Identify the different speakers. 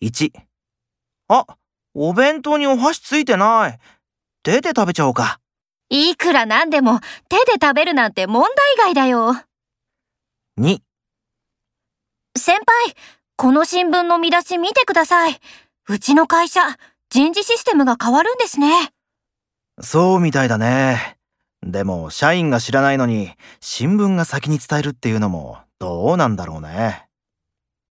Speaker 1: 1あお弁当にお箸ついてない手で食べちゃおうか
Speaker 2: いくらなんでも手で食べるなんて問題外だよ。
Speaker 1: 2
Speaker 2: 先輩、この新聞の見出し見てください。うちの会社、人事システムが変わるんですね。
Speaker 1: そうみたいだねでも社員が知らないのに新聞が先に伝えるっていうのもどうなんだろうね